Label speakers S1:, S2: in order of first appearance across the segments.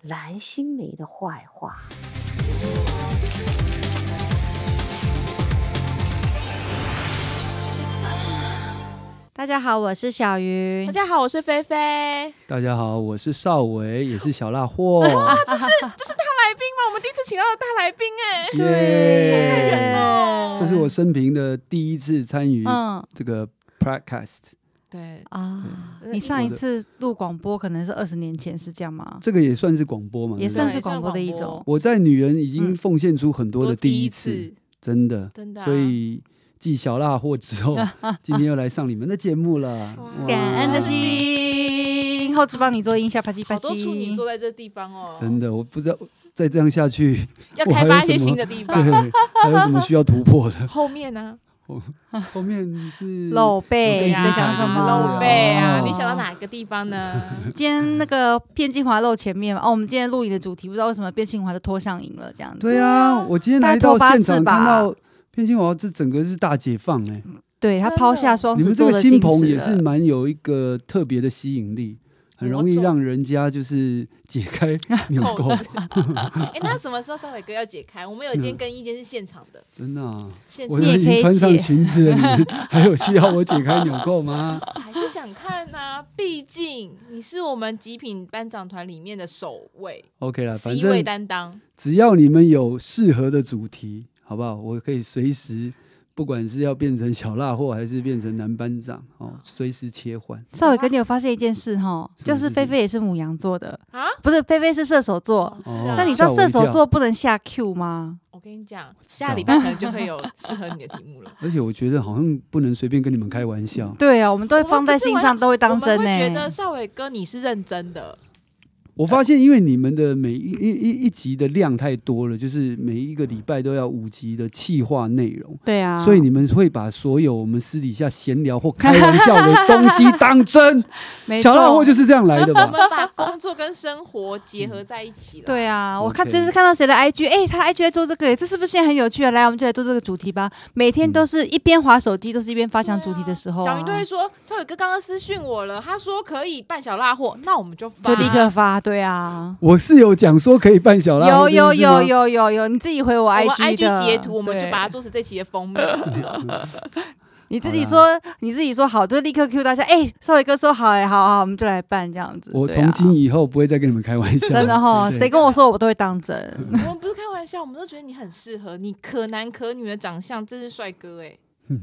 S1: 蓝心湄的坏话。
S2: 大家好，我是小鱼
S3: 大。家好，我是菲菲。来
S4: 大家好，我是少伟，也是小 辣货，
S3: 宾吗？我们第一次请到的大来宾哎、
S4: 耶！
S3: 哦
S4: 这是我生平的第一次参与
S2: 嗯
S4: 这个 podcast，
S3: 对，
S2: 啊，
S3: 对
S2: 你上一
S4: 我的
S2: 次录广播可能是二十年前，是这样吗？
S4: 这个也算是广播嘛，
S2: 也
S4: 对不对
S2: 算是广播的一种。
S4: 我在女人已经
S2: 嗯
S4: 奉献出很多的第一次，真的，
S3: 真的啊
S4: 所以继小辣货 之后，今天又来上你们的节目了，
S3: 哇
S4: 哇
S2: 感恩的心，后置帮你做音效，啪叽啪
S3: 好多处女
S2: 叽
S3: 坐。在这地方哦，
S4: 真的，我不知道再这样下去，
S3: 要
S4: 我还
S3: 开
S4: 有
S3: 发一些
S4: 什么
S3: 新的地
S4: 对，
S3: 方。
S4: 还有什么需要突 破的？
S3: 后面呢？
S4: 后面是
S2: 露
S4: 对
S2: 背
S4: 哎你
S2: 啊，
S4: 在
S2: 你想
S4: 讲
S2: 什
S4: 什么
S2: 么？
S3: 露背啊，
S4: 哦
S3: 你想到哪个地方 呢？
S2: 今天那个变金华露前面嘛，哦，我们今天录影的主题不知道为什么变金华就脱上影了，这样子。
S4: 对啊，我今天
S2: 拜
S4: 来
S2: 托
S4: 到
S2: 八
S4: 现
S2: 字
S4: 场
S2: 吧
S4: 看到变形娃娃，这整个是大解放哎、
S2: 对他
S3: 真的
S2: 抛下双
S4: 你
S2: 子
S4: 们这
S2: 座
S4: 个
S2: 的
S4: 新
S2: 矜
S4: 棚
S2: 持
S4: 也是
S2: 了
S4: 蛮有一个特别的吸引力，很容易
S3: 扭皱
S4: 让人家就是解开纽
S3: 扣
S2: 嗯
S4: 扣，
S3: 哎，那什么时候少伟哥要解开？我们有一间更衣间是现场的，
S4: 真的啊、
S3: 现
S4: 我
S3: 场
S2: 你
S4: 都
S2: 也
S4: 已
S2: 可以
S4: 经穿上
S2: 解
S4: 裙子了，你们还有需要我解开纽扣吗？
S3: 还是想看呐。毕竟你是我们极品班长团里面的首位
S4: OK 啦，啊反
S3: ，C 位
S4: 正
S3: 担当。
S4: 只要你们有适合的主题，好不好？我可以随时，不管是要变成小辣货还是变成男班长哦，随时切换。
S2: 少伟哥，你有发现一件事哈，
S4: 什么
S2: 就是
S4: 事情
S2: 菲菲也是母羊座的
S3: 啊，
S2: 不是菲菲是射手座。
S3: 哦是啊
S2: 那你知
S4: 吓
S2: 道
S4: 我一
S2: 射手
S4: 跳
S2: 座不能下 Q 吗？
S3: 我跟你讲，
S4: 知
S3: 下
S4: 道
S3: 礼拜可能就会有适合你的题目了。
S4: 而且我觉得好像不能随便跟你们开玩笑。
S2: 对啊，我们都会放在心上，都会
S3: 我
S2: 当
S3: 们
S2: 真
S3: 会
S2: 呢、
S3: 觉得少伟哥你是认真的，
S4: 我发现，因为你们的每一一一一集的量太多了，就是每一个礼拜都要五集的企划内容，
S2: 对啊，
S4: 所以你们会把所有我们私底下闲聊或开玩笑的东西当真。
S2: 没
S4: 小
S2: 错
S4: 辣货就是这样来的
S3: 我
S4: 吧？
S3: 们把工作跟生活结合在一起了。，
S2: 对啊，我看
S4: OK
S2: 就是看到谁的 IG，哎、他的 IG 在做这个耶，这是不是现在很有趣啊？来，我们就来做这个主题吧。每天都是一边划手机，都是一边发想主题的时候、
S3: 小
S2: 啊
S3: 云都会说：“少伟哥刚刚私讯我了，他说可以办小辣货，那我们就发。”
S2: 就立刻发，对啊。
S4: 我是有讲说可以办小辣
S2: 有
S4: 货这件
S2: 有
S4: 事吗，
S2: 有有有有，你自己回我
S3: 我们
S2: IG 的
S3: IG 截图，我们就
S2: 对
S3: 把它做成这期的封面。
S2: 你自己说，你自己说好，就立刻 Q 大家。哎、少伟哥说好哎、好好，我们就来办这样子。
S4: 我
S2: 对
S4: 从
S2: 啊
S4: 今以后不会再跟你们开玩笑了。
S2: 真的哈，
S4: 对
S2: 谁跟我说我都会当真。
S3: 我们不是开玩笑，我们都觉得你很适合，你可男可女的长相，真是帅哥哎！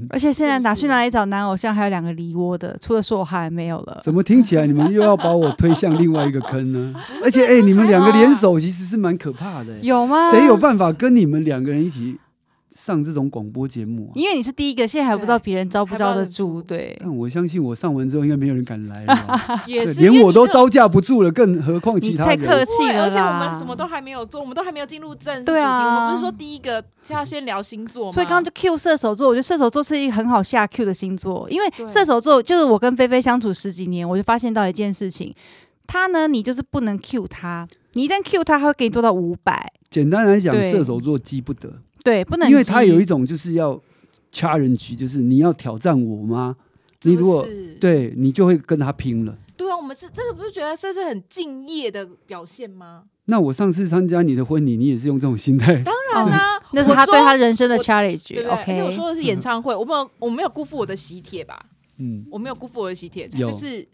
S2: 而且现在
S3: 是不
S2: 哪去
S3: 是
S2: 哪里找男偶像，还有两个梨窝的，除了硕海没有了。
S4: 怎么听起来你们又要把我推向另外一个 坑呢？而且，哎、你们两个联手其实是蛮可怕的、哎
S2: 有啊吗？
S4: 谁有？办法跟你们两个人一起上这种广播节目、啊？
S2: 因为你是第一个，现在还不知道别人招不招得住，对。
S4: 但我相信我上完之后，应该没有人敢 来了吧，
S2: 啊
S3: 也
S4: 对
S3: 是，
S4: 连
S3: 因为
S4: 我
S3: 你
S4: 都
S3: 就
S4: 招架不住了，更何况
S2: 你
S4: 其他
S2: 太客
S4: 人。
S2: 气
S3: 对，
S2: 了
S3: 而且我
S2: 啦。
S3: 们什么都还没有做，我们都还没有进入正式主题。
S2: 对啊
S3: 我们不是说第一个就要先聊星座吗？
S2: 所以刚刚就 Q 射手座，我觉得射手座是一个很好下 Q 的星座，因为
S3: 对
S2: 射手座就是我跟菲菲相处十几年，我就发现到一件事情，他呢，你就是不能 Q 他，你一旦 Q 他，他会给你做到五百，
S4: 简单来讲，
S2: 对
S4: 射手座激不得，
S2: 对，不能
S4: 因为他
S2: 急
S4: 有一种就是要 challenge，就是你要挑战我吗？你如果
S3: 是不是
S4: 对你就会跟他拼了。
S3: 对啊，我们是这个不是觉得这是很敬业的表现吗？
S4: 那我上次参加你的婚礼，你也是用这种心态，
S3: 当然啦、
S2: 啊那是他
S3: 我说
S2: 对他人生的
S3: 我对不对？而且我
S2: challenge，OK，
S3: 说的是演唱会，我没有我没有辜负我的喜帖吧？
S4: 嗯，
S3: 我没有辜负我的喜帖，它
S4: 有
S3: 就是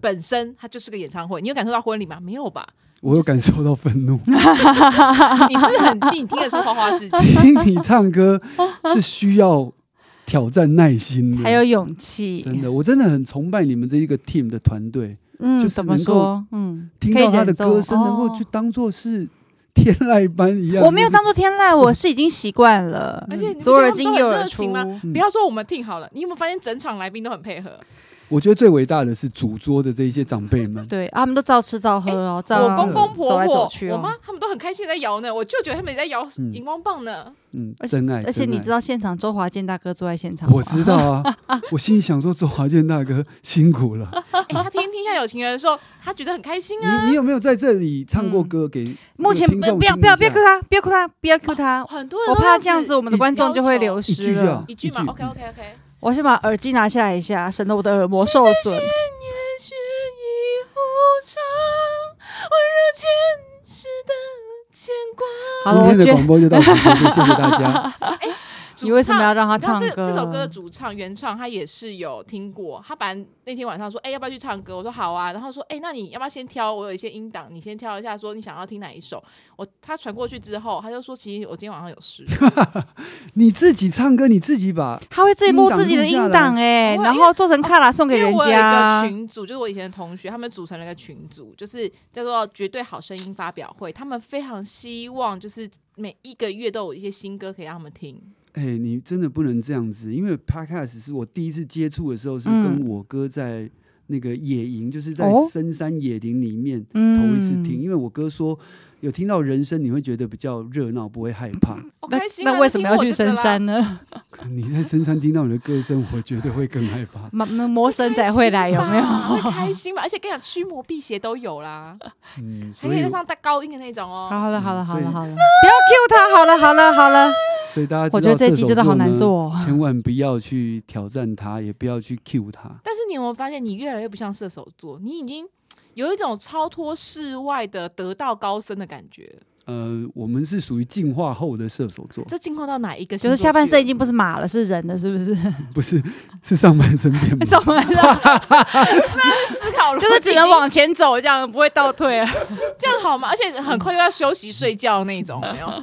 S3: 本身它就是个演唱会。你有感受到婚礼吗？没有吧？
S4: 我有感受到愤怒。
S3: 你是不是很近，你听得出花花 世界。
S4: 听你唱歌是需要挑战耐 心的，
S2: 还有勇气，
S4: 真的，我真的很崇拜你们这一个 team 的团队，
S2: 嗯，
S4: 就是
S2: 怎么
S4: 能够
S2: 说？嗯，
S4: 听
S2: 可以
S4: 到他的
S2: 忍受
S4: 歌声能够
S2: 哦
S4: 去当做是天籁般一样。
S2: 我没有
S4: 就是
S2: 当做天籁，我是已经习惯了。
S3: 而且你不
S2: 左
S3: 觉得
S2: 耳
S3: 他们
S2: 进
S3: 都
S2: 右
S3: 很
S2: 耳
S3: 热
S2: 出
S3: 情，吗？不要说我们听好了，你有没有发现整场来宾都很配合？
S4: 我觉得最伟大的是主桌的这一些长 辈们，
S2: 对，啊他们都照吃照喝哦，照
S3: 哎我公公婆
S2: 走来走
S3: 婆
S2: 去、、
S3: 我
S2: 哦。
S3: 妈他们都很开心地在摇呢，我舅舅他们也在摇
S4: 嗯
S3: 荧光棒呢。
S4: 嗯，
S2: 而且
S4: 真爱。
S2: 而且
S4: 真
S2: 你
S4: 爱
S2: 知道现场周华健大哥坐在现场吗？
S4: 我知道 啊，我心里想说，周华健大哥 辛苦了。
S3: 哎，他听《天下有情人》的时候，他觉得很开心啊。
S4: 你你有没有在这里唱过
S2: 嗯
S4: 歌给
S2: 目前
S4: 听
S2: 不要
S4: 众
S2: 不要
S4: 听
S2: 不要
S4: 一
S2: 不要
S4: 下
S2: Q 他，不要 Q 他，不要 Q
S4: 嗯
S2: 他，
S3: 很多人
S2: 我
S3: 都
S2: 怕这样子我们的
S4: 一
S2: 观众就会
S3: 要求
S2: 流
S4: 一
S2: 失
S4: 句就好
S2: 了。
S3: 一句嘛
S4: 一
S2: 嗯
S4: 句
S3: ，OK OK OK。
S2: 我先把耳机拿下来一下，省得我的耳膜受损。
S3: 年雪已无常，宛如前世的牵挂。
S2: 好了，我
S4: 今天的
S2: 觉得
S4: 广播就到此结束，谢谢大家。
S2: 你为什么要让他
S3: 你知道
S2: 唱
S3: 这
S2: 歌？
S3: 这首歌的主唱原唱他也是有听过，他本来那天晚上说，哎、要不要去唱歌？我说好啊，然后说，哎、那你要不要先挑？我有一些音档，你先挑一下，说你想要听哪一首？我他传过去之后，他就说，其实我今天晚上有事，
S4: 你自己唱歌，你自己把
S2: 他会自己录
S4: 音档
S2: 自己的
S4: 录下
S2: 音
S4: 来
S2: 档哎、
S3: 不会
S2: 然
S3: 因
S2: 后做成卡拉送
S3: 因
S2: 给
S3: 为
S2: 人
S3: 我有一个
S2: 家。
S3: 群组，就是我以前的同学，他们组成了一个群组，就是叫做“绝对好声音发表会”，他们非常希望就是每一个月都有一些新歌可以让他们听。
S4: 哎、你真的不能这样子，因为 podcast 是我第一次接触的时候，是跟
S2: 嗯
S4: 我哥在那个野营，就是在
S2: 哦
S4: 深山野林里面、
S2: 嗯
S4: 头一次听，因为我哥说有听到人声，你会觉得比较热闹，不会害 怕。
S3: 我
S2: 那
S3: 开心啊、
S2: 那为什么要去深山
S3: 呢？
S2: 呢？
S4: 你在深山听到你的歌声，我觉得会更害怕。
S2: 魔 魔神仔会来有 没有？
S3: 会开心吧，而且跟你讲，驱魔辟邪都有啦，
S4: 嗯，
S3: 还
S4: 所
S3: 可以
S4: 以
S3: 再上大高音的那种哦。
S2: 哎好了好了
S4: 嗯
S2: 好
S4: 所以
S2: 了好了，不要 Q 他，好了好了好了，
S4: 所以大家知道
S2: 我觉得这一
S4: 射
S2: 集
S4: 手
S2: 真的好
S4: 座
S2: 难
S4: 呢
S2: 做哦
S4: 千万不要去挑战他，也不要去 cue 他。
S3: 但是你有没有发现，你越来越不像射手座，你已经有一种超脱世外的得道高僧的感觉。
S4: 呃，我们是属于进化后的射手座，
S3: 这进化到哪一个星
S2: 就
S3: 座去了？
S2: 是下半身已经不是马了，是人了，是不是？
S4: 不是 是上半身变
S2: 什
S4: 吗？
S2: 么 了？
S3: 思考了，
S2: 就是只能往前走，这样不会倒退啊了。
S3: 这样好吗？而且很快就要休息睡觉那 种，没有？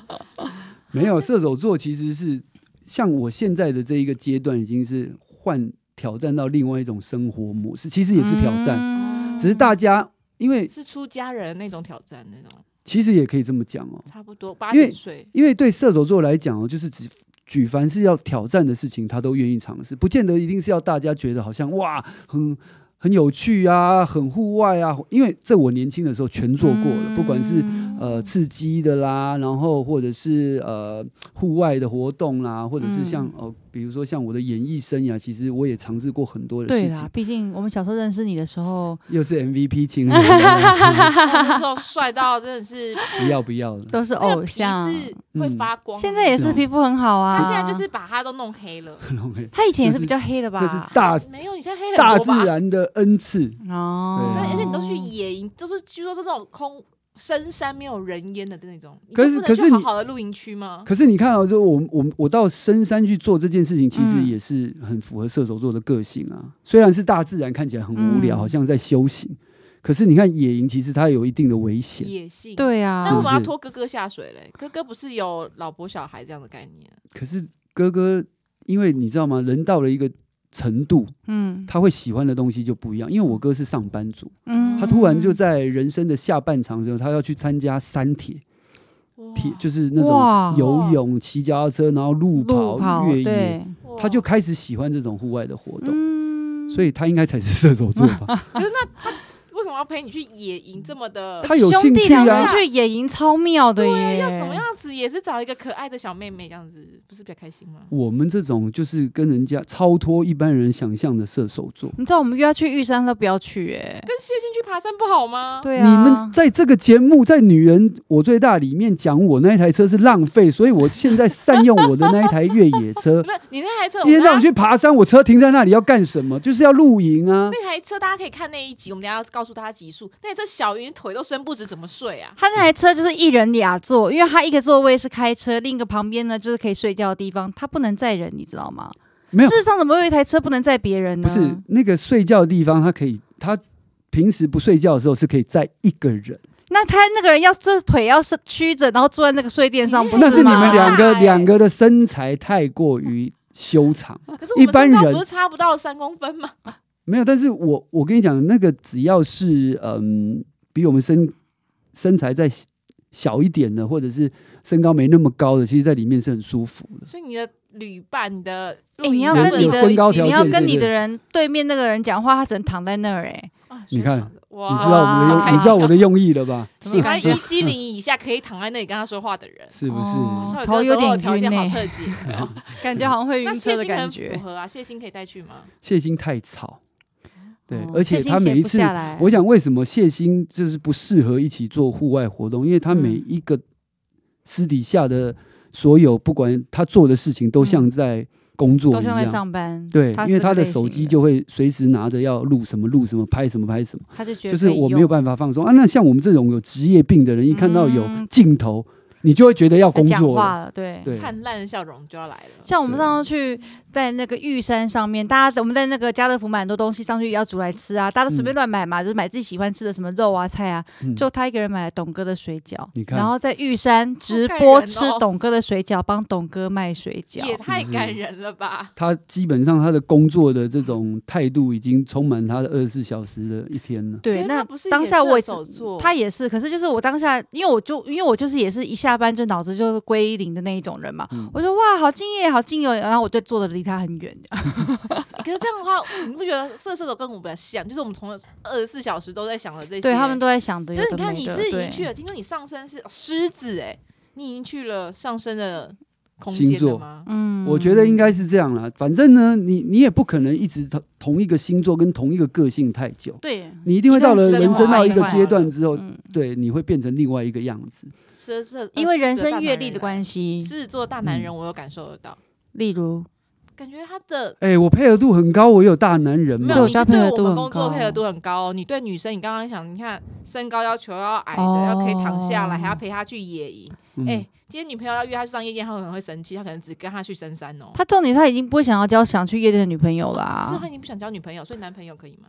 S4: 没有，射手座其实是像我现在的这一个阶段，已经是换挑战到另外一种生活模式，其实也是挑战，
S2: 嗯
S4: 只是大家因为
S3: 是出家人那种挑战，那种
S4: 其实也可以这么讲哦，
S3: 差不多八
S4: 因为
S3: 点睡。
S4: 因为对射手座来讲哦，就是只举凡是要挑战的事情，他都愿意尝试，不见得一定是要大家觉得好像哇很。很有趣啊，很户外啊，因为这我年轻的时候全做过了，不管是
S2: 嗯
S4: 呃刺激的啦，然后或者是呃户外的活动啦，或者是像、
S2: 嗯
S4: 呃比如说像我的演艺生涯，其实我也尝试过很多的
S2: 对
S4: 事
S2: 啦
S4: 情，，
S2: 毕竟我们小时候认识你的时候
S4: 又是 MVP 情人，嗯
S3: 那时候帅到真 的是
S4: 不要不要 的，
S2: 都是
S3: 那个
S2: 偶
S3: 皮
S2: 像，
S3: 是会发光的，
S2: 现在也
S4: 是
S2: 是
S4: 哦
S2: 皮肤很好啊。
S3: 他现在就是把它都弄黑了。哎
S2: 他以前也
S4: 那
S2: 是
S4: 是
S2: 比较黑的吧？
S4: 那是大
S3: 没有，你现在黑很
S4: 大啊
S3: 多
S4: 自
S3: 吧
S4: 然的恩赐，
S2: 哦
S4: 对
S3: 对，
S4: 啊
S3: 而且你都去野营，就是据说这种空深山没有人烟的那种，你
S4: 可
S3: 就是不
S4: 可
S3: 能
S4: 是
S3: 去
S4: 你
S3: 好好的露营区吗？
S4: 可是你看啊，就我我我到深山去做这件事情，其实
S2: 嗯
S4: 也是很符合射手座的个性啊。虽然是大自然看起来很无聊，
S2: 嗯
S4: 好像在修行，可是你看野营，其实它有一定的危险。
S3: 野性。
S2: 对啊，
S3: 那我们
S4: 是
S3: 要
S4: 不是
S3: 拖哥哥下水嘞，哥哥不是有老婆小孩这样的概念？
S4: 可是哥哥，因为你知道吗？人到了一个程度，
S2: 嗯
S4: 他会喜欢的东西就不一样。因为我哥是上班族，
S2: 嗯
S4: 他突然就在人生的下半场的时候，他要去参加山铁，铁就是那
S2: 嗯哇
S4: 种游泳、骑脚踏车，然后
S2: 路
S4: 路
S2: 跑
S4: 跑、越野，
S2: 对，
S3: 哇
S4: 他就开始喜欢这种户外的活动。
S2: 嗯
S4: 所以他应该才是射手座 吧？
S3: 为什么要陪你去野营这么的？
S4: 他有兴
S2: 兄弟
S4: 趣
S2: 两
S4: 啊
S2: 人，去野营超妙的耶，
S3: 啊要怎么？样子也是找一个可爱的小妹妹这样子，不是比较开心吗？
S4: 我们这种就是跟人家超脱一般人想象的射手座。
S2: 你知道我们约他去玉山都不要去哎，
S3: 跟谢欣去爬山不好吗？
S2: 对
S4: 你
S2: 啊，
S4: 们在这个节目在《女人我最大》里面讲我那一台车是浪费，所以我现在善用我的那一台越野 车
S3: 不。是你那台车，我
S4: 一天
S3: 们
S4: 到晚
S3: 大家
S4: 去爬山，我车停在那里要干什么？就是要露营啊！
S3: 那台车大家可以看那一集，我们等一下要告诉大家集数。那台车小云腿都伸不直，怎么睡 啊？
S2: 他那台车就是一人俩座，因为他一个座位是开车，另一个旁边呢就是可以睡觉的地方，他不能载人，你知道吗？
S4: 没有
S2: 世，上怎么会有一台车不能载别人呢？
S4: 不是那个睡觉的地方，他可以，他平时不睡觉的时候是可以载一个人，
S2: 那他那个人要这腿要是曲着，然后坐在那个睡垫上，
S3: 你
S2: 不
S4: 那是你
S2: 吗？
S4: 们两个
S3: 哎
S4: 两个的身材太过于修 长。
S3: 可是我们
S4: 一般
S3: 身高
S4: 人
S3: 不是差不到三公分吗？
S4: 没有，但是我我跟你讲，那个只要是嗯比我们身身材再小一点的，或者是身高没那么高的，其实在里面是很舒服的。
S3: 所以你的旅伴、你的
S2: 哎
S3: 露
S2: 你
S3: 营
S2: 要
S3: 伴
S2: 跟你
S3: 们
S2: 的
S4: 有身高条
S2: 你
S4: 件
S2: 要
S4: 是不
S2: 跟你
S4: 是
S2: 的人对面那个人讲话，他只能躺在那儿哎、
S3: 啊
S4: 你
S3: 说
S4: 看
S3: 躺着哇
S4: 你知道我们的
S2: 哇
S4: 用，你知道我的用意了吧？
S3: 你看一七零以下可以躺在那里跟他说话的人，
S4: 是不是？
S2: 哦
S3: 少
S2: 头
S3: 宇哥
S2: 有
S3: 择偶
S2: 点
S3: 条件
S2: 晕
S3: 好
S2: 欸
S3: 特技。哦
S2: 感觉好像会
S3: 那
S2: 晕
S3: 谢
S2: 车的
S3: 欣很
S2: 感
S3: 符
S2: 觉。嗯
S3: 合啊，谢欣可以带去吗？
S4: 谢欣太吵，对，
S2: 哦
S4: 而且
S2: 谢欣
S4: 他
S2: 闲
S4: 每一
S2: 不
S4: 次
S2: 下来
S4: 我想为什么谢欣就是不适合一起做户外活动，因为他每
S2: 嗯
S4: 一个私底下的所有，不管他做的事情，都像在工作
S2: 都
S4: 一
S2: 像在
S4: 样。
S2: 上班，
S4: 对，因为
S2: 是
S4: 他
S2: 这
S4: 的
S2: 类
S4: 手
S2: 型
S4: 机
S2: 的
S4: 就会随时拿着要录什么录什么，拍什么拍什么，
S2: 他就觉得
S4: 就是我没有
S2: 法
S4: 办法放松啊。那像我们这种有职业病的人，一看到有
S2: 嗯
S4: 镜头，你就会觉得要工
S2: 讲
S4: 作
S2: 话
S4: 了。
S2: 了，对。
S4: 对，
S3: 灿烂的笑容就要来了。
S2: 像我们
S4: 对
S2: 上次去在那个玉山上面，大家我们在那个家乐福买很多东西上去要煮来吃啊，大家都随便乱买嘛，就是买自己喜欢吃的什么肉啊、菜啊，
S4: 嗯
S2: 就他一个人买了董哥的水饺
S4: 你，看
S2: 然后在玉山直
S3: 感
S2: 播
S3: 人
S2: 吃
S3: 哦
S2: 董哥的水饺，帮董哥卖水饺，
S3: 也太
S4: 是
S3: 感人了吧！
S4: 他基本上他的工作的这种态度已经充满他的二十四小时的一天了。
S2: 对，
S3: 天
S2: 那
S3: 哪不是
S2: 当
S3: 也
S2: 下
S3: 射
S2: 我也是
S3: 手座
S2: 他也是，可是就是我当下，因为我就因为我就是也是一下班就脑子就归零的那一种人嘛，
S4: 嗯
S2: 我说哇，好敬业，好敬业，然后我就坐的离他很远，
S3: 可是
S2: 嗯
S3: 这样的话，你不觉得这个射手跟我比较像？就是我们从二十四小时都在想着这些，
S2: 对他们都在想着
S3: 就
S2: 有
S3: 是
S2: 的
S3: 你看
S2: 没
S3: 你
S2: 的，
S3: 是已经去
S2: 对，
S3: 了，听说你上升是狮子哎、你已经去了上升的空
S4: 星
S3: 间了
S4: 座
S3: 吗？
S2: 嗯
S4: 我觉得应该是这样啦，反正呢，你你也不可能一直同同一个星座跟同一个个性太久，
S2: 对，
S4: 你一定会到了
S3: 一段时
S4: 人生
S3: 间
S4: 到一个
S2: 换一换
S4: 阶段之后，
S2: 嗯，
S4: 对，你会变成另外一个样子。
S3: 狮子，
S2: 因为人
S3: 呃
S2: 生阅历的
S3: 系，
S2: 关系，嗯
S3: 狮子座大男人我有感受得到，
S2: 例如
S3: 感觉他的
S4: 哎、我配合度很高，我有大男人
S3: 没
S4: 嘛
S2: 对
S3: 有，
S2: 我
S3: 你
S2: 觉
S3: 是
S2: 得配合
S3: 对我
S2: 度
S3: 们
S2: 很
S3: 工
S2: 高
S3: 作配合度很高、哦。你对女生，你刚刚想，你看身高要求要矮的，
S2: 哦
S3: 要可以躺下来，还要陪她去野营。
S4: 嗯
S3: 哎、今天女朋友要约她去上夜店，她可能会生气，她可能只跟她去深山哦。
S2: 他重点他已经不会想要交想去夜店的女朋友啊啦、。
S3: 是她已经不想交女朋友，所以男朋友可以吗？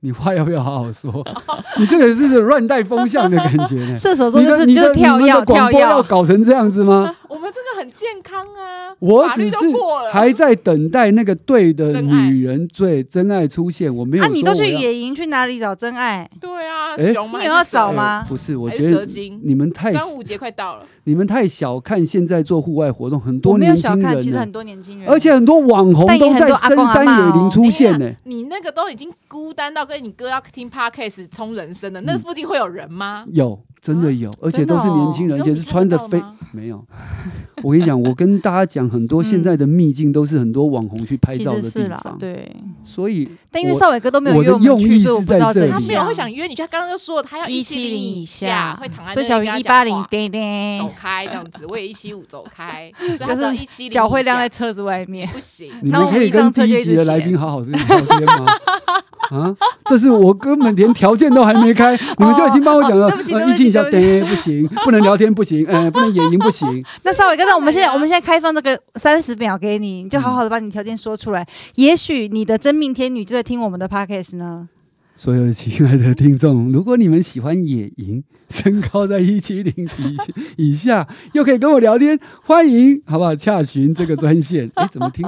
S4: 你话要不要好好说？ 你这个是乱带风向的感觉呢
S2: 射手座
S4: 你
S2: 就
S4: 的
S2: 是
S4: 你
S2: 就是
S4: 的
S2: 跳
S4: 你们
S2: 跃
S4: 的
S2: 跳
S4: 广播要
S2: 跃，
S4: 搞成这样 子吗？
S3: 我们这个很健康啊，
S4: 我
S3: 法律
S4: 只
S3: 都
S4: 是
S3: 过了
S4: 还在等待那个对的
S3: 真爱
S4: 女人最真爱出现，我没有
S2: 啊，
S4: 说
S2: 你
S4: 我要。
S2: 都去野营去哪里找真爱？
S3: 对啊，
S4: 哎
S3: 熊猫
S2: 你有要找
S4: 哎
S2: 吗
S4: 不是，我
S3: 还
S4: 觉
S3: 是
S4: 得
S3: 蛇精
S4: 你们太
S3: 端午节快到了，
S4: 你们太小看现在做户外活动，很多
S2: 我没有
S4: 年
S2: 小
S4: 轻
S2: 看，其实
S4: 人呢，
S2: 很多年轻人，
S4: 而且很多网红
S2: 但也
S4: 都
S2: 很
S4: 在
S2: 多阿
S4: 深
S2: 公阿
S4: 山
S2: 嬷
S4: 野
S2: 哦
S4: 林出现呢。
S3: 你那个都已经孤单到跟你哥要听 podcast 冲人生的，那
S4: 嗯
S3: 附近会有人吗？
S4: 有，真
S2: 啊
S4: 的有，而且
S2: 哦
S4: 都是年轻人，而
S3: 只有
S4: 且
S3: 你
S4: 是穿的
S3: 看得
S4: 非
S3: 到吗
S4: 没有。我跟你讲，我跟大家讲，很 多现在的秘境都是很多网红去拍
S2: 嗯其
S4: 照
S2: 实
S4: 的
S2: 是
S4: 地
S2: 啦
S4: 方，，
S2: 对。
S4: 所以
S2: 但因为
S4: 我
S2: 少伟哥都没有
S4: 我
S2: 约
S4: 的
S2: 我们
S4: 用
S2: 去，
S4: 意
S2: 所以我
S4: 是
S2: 不知
S4: 在
S2: 道
S4: 这
S2: 真
S4: 里啊
S3: 他没有
S2: 相
S3: 会想约你，就他刚刚就说了，他要
S2: 一
S3: 七
S2: 七
S3: 零
S2: 零
S3: 以
S2: 以
S3: 下
S2: 下
S3: 会躺在
S2: 所以
S3: 那里
S2: 小
S3: 跟
S2: 于
S3: 他
S2: 一
S3: 讲
S2: 八
S3: 话
S2: 零点
S3: 走
S2: 点，
S3: 开这样子，我也一七五走 开，所以他
S2: 就
S3: 只有
S2: 是
S3: 一七零，
S2: 脚会晾在车子外面。
S3: 不行。
S4: 你
S2: 然后
S4: 们
S2: 我
S4: 可
S2: 们
S4: 以
S2: 一上
S4: 跟
S2: 车
S4: 第
S2: 就
S4: 一
S2: 一
S4: 集
S2: 直
S4: 的来
S2: 闲
S4: 宾好好的聊天 吗？啊，这是我根本连条件都还没开，你们就已经帮我讲了。
S2: 哦对不起
S4: 呃
S2: 对不
S4: 一
S2: 起
S4: 进一下，
S2: 对
S4: 对，不行，不能聊天，不行，呃，不能野营，不行。
S2: 那少伟哥，那我们现在
S3: 当然啊
S2: 我们现在开放这个三十秒给你，
S4: 嗯
S2: 你就好好的把你条件说出来。也许你的真命天女就在听我们的 podcast 呢。
S4: 所有亲爱的听众，如果你们喜欢野营，身高在一七零以以下，又可以跟我聊天，欢迎，好不好？洽询这个 专线。哎，怎么听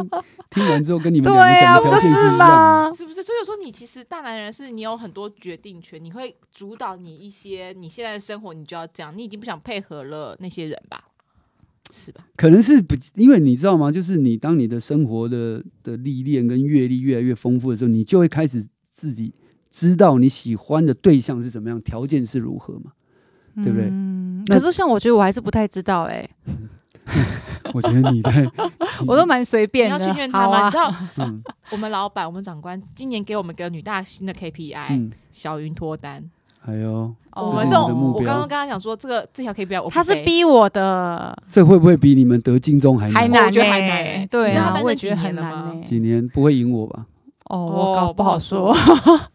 S4: 听完之后跟你们
S2: 对
S4: 两个
S2: 啊，
S4: 讲
S2: 不就
S4: 的条件是
S2: 是啊
S4: 一样的？
S2: 吗？
S3: 是不是？所以说，你其实大男人是你有很多决定权，你会主导你一些你现在的生活，你就要这样，你已经不想配合了那些人吧？是吧？
S4: 可能是不，因为你知道吗？就是你当你的生活的的历练跟阅历越来越丰富的时候，你就会开始自己知道你喜欢的对象是怎么样，条件是如何 嘛。对不对
S2: 嗯
S4: 那
S2: 可是像我觉得我还是不太知道哎，
S4: 我觉得你在，
S2: 我都蛮随
S3: 你
S2: 便
S3: 要去
S2: 的。
S3: 劝他
S2: 好
S3: 吗？
S2: 啊
S3: 你知，道
S4: 嗯
S3: 我们老板、我们长官今年给我们个女大新的 KPI，、
S4: 嗯，哎
S3: 小云脱单。
S4: 还有
S2: 哦
S3: 我
S4: 这
S3: 们
S4: 是
S3: 这
S4: 你的目
S3: 种，我
S4: 标
S3: 刚刚跟他讲说，这个这条 KPI 我不
S2: 他是
S3: 背
S2: 逼我的，
S4: 这会不会比你们得金钟还难？
S2: 还
S3: 难
S2: 难，
S3: 我觉得还难欸
S2: 对
S4: 你知道他
S2: 啊
S3: 单，身
S2: 我也觉得
S3: 几
S2: 很
S3: 年了
S2: 难
S3: 吗
S2: 哎。
S4: 嗯几年不会赢我 吧？
S2: 哦，
S3: 哦
S2: 我搞
S3: 不
S2: 不
S3: 好
S2: 好说，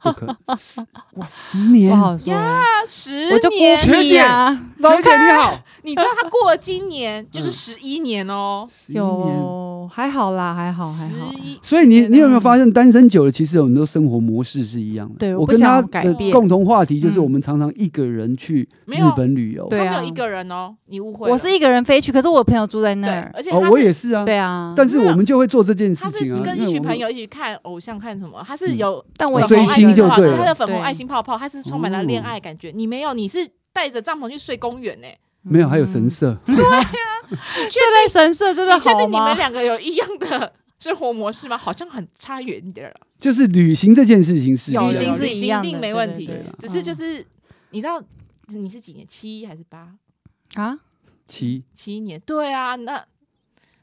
S4: 不可，十哇十年
S2: 不，好说，
S3: 啊，十
S2: 我就啊孤
S3: 年，
S4: 学
S2: 僻呀。
S4: 学姐你 好，
S3: 你知道他过了今年
S2: 嗯
S3: 就是十一年哦，
S4: 十一年。
S2: 有还好啦，还好哦还
S3: 十
S2: 好。
S3: 一。
S4: 所以你你
S3: 嗯
S4: 有没有发现，单身久了，其实很多生活模式是一样的。
S2: 对
S4: 我
S2: 我不
S4: 跟
S2: 想
S4: 他
S2: 改
S4: 的
S3: 变
S4: 共同话题就是，
S2: 嗯
S4: 我们常常一个人去
S3: 没
S4: 日
S3: 有
S4: 本旅游。
S2: 对
S3: 他
S2: 啊
S3: 没有一个人哦，你误会了。
S2: 我是一个人飞去，可是我朋友住在
S3: 对
S2: 那儿，
S3: 而且
S4: 哦
S3: 他，
S4: 我也是啊。
S2: 对啊，
S4: 但是我们就会做这件事
S3: 他是
S4: 情啊，
S3: 跟
S4: 因
S3: 一
S4: 为
S3: 群
S4: 我嗯
S3: 朋友一起看偶像，看什么？他是有
S2: 但
S4: 我
S2: 我
S3: 粉
S2: 也
S3: 红爱
S4: 追星
S3: 心
S4: 就
S3: 泡泡
S4: 对
S3: 他
S4: 了
S3: 的粉红
S2: 对
S4: 哦
S3: 爱心泡泡，他是充满了恋爱感觉。你没有，你是带着帐篷去睡公园呢、
S4: 没有，还有神社，
S2: 确认神社真的
S3: 嗯你确
S2: 好
S3: 定你
S2: 吗
S3: 们？两个有一样的 生活模式吗？好像很差远点了。
S4: 就是旅行这件事情是一
S3: 有
S4: 样
S2: 旅
S4: 的
S2: 行是
S3: 旅
S2: 一
S3: 行
S2: 样
S3: 一定
S2: 的
S3: 没
S2: 对
S3: 问
S2: 对
S3: 题
S4: 对啦
S3: 只是就
S2: 嗯
S3: 是你知道你是几年？七还是八？
S2: 啊，
S4: 七
S3: 七年？对啊，那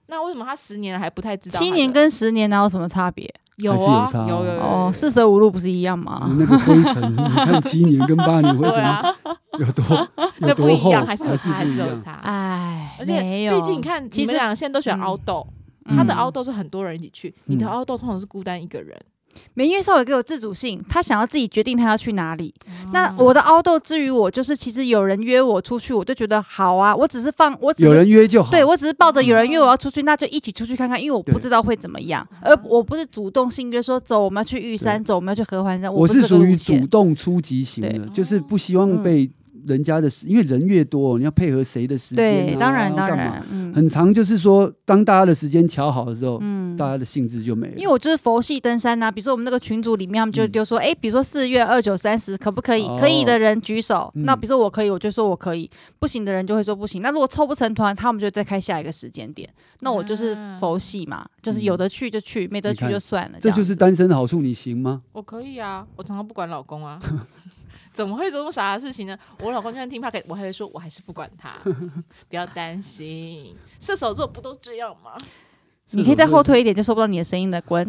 S3: 那为什么他十年了还不太知道他的？
S2: 七年跟十年哪有什么差别？
S3: 有
S4: 还是有
S3: 啊，
S4: 差啊
S3: 有有有
S2: 哦，四舍五入不是一样吗？
S3: 嗯
S4: 那个灰尘，你看七年跟八年灰
S3: 对
S4: 尘
S3: 啊，
S4: 有多有
S3: 那不
S4: 多
S3: 一
S4: 厚，
S3: 样，还是有差，还
S4: 不一
S3: 是有
S4: 样。
S3: 差。
S2: 哎，
S3: 啊而且
S2: 没有，
S3: 毕竟你看，
S2: 其
S3: 你们
S2: 实
S3: 俩现在都选
S2: 嗯
S3: 凹豆，他的
S2: 嗯
S3: 凹豆是很多人一起去，你的
S4: 嗯
S3: 凹豆通常是孤单一个人。
S2: 没因为少伟给我自主性，他想要自己决定他要去哪里。
S3: 嗯
S2: 嗯那我的凹豆之于我，就是其实有人约我出去，我就觉得好啊，我只是放，我只
S4: 有
S2: 是
S4: 人约就好，
S2: 对我只是抱着有人约
S3: 嗯
S2: 我要出去，那就一起出去看看，因为我不
S4: 对
S2: 知道会怎么样，而我不是主动性约说走，我们要去玉山，啊走我们要去合欢山，
S4: 我
S2: 不是这个
S4: 是属于
S2: 路线
S4: 主动出击型的，
S2: 对嗯
S4: 就是不希望被人家的时，因为人越多，你要配合谁的时间、啊，
S2: 对，当然
S4: 要
S2: 当
S4: 干嘛，
S2: 然，嗯
S4: 很长就是说，当大家的时间瞧好的时候，
S2: 嗯
S4: 大家的兴致就没了。
S2: 因为我就是佛系登山啊呐、比如说我们那个群组里面，他们就
S4: 嗯
S2: 就说，哎、比如说四月二九三十可不可以？
S4: 哦
S2: 可以的人举手。
S4: 嗯
S2: 那比如说我可以，我就说我可以；不行的人就会说不行。那如果凑不成团，他们就再开下一个时间点。那我就是
S3: 啊
S2: 佛系嘛，就是有的去就去，没得
S4: 你
S2: 去
S4: 看
S2: 就算了。
S4: 嗯这
S2: 样
S4: 就是
S2: 子
S4: 单身的好处，你行吗？
S3: 我可以啊，我常常不管老公 啊，怎么会做这么傻的事情呢？我老公就算听 p o 我还会说，我还是不管 他，不要担心。射手座不都这样吗？
S2: 你可以再后退一点，就收不到你的声音的。滚！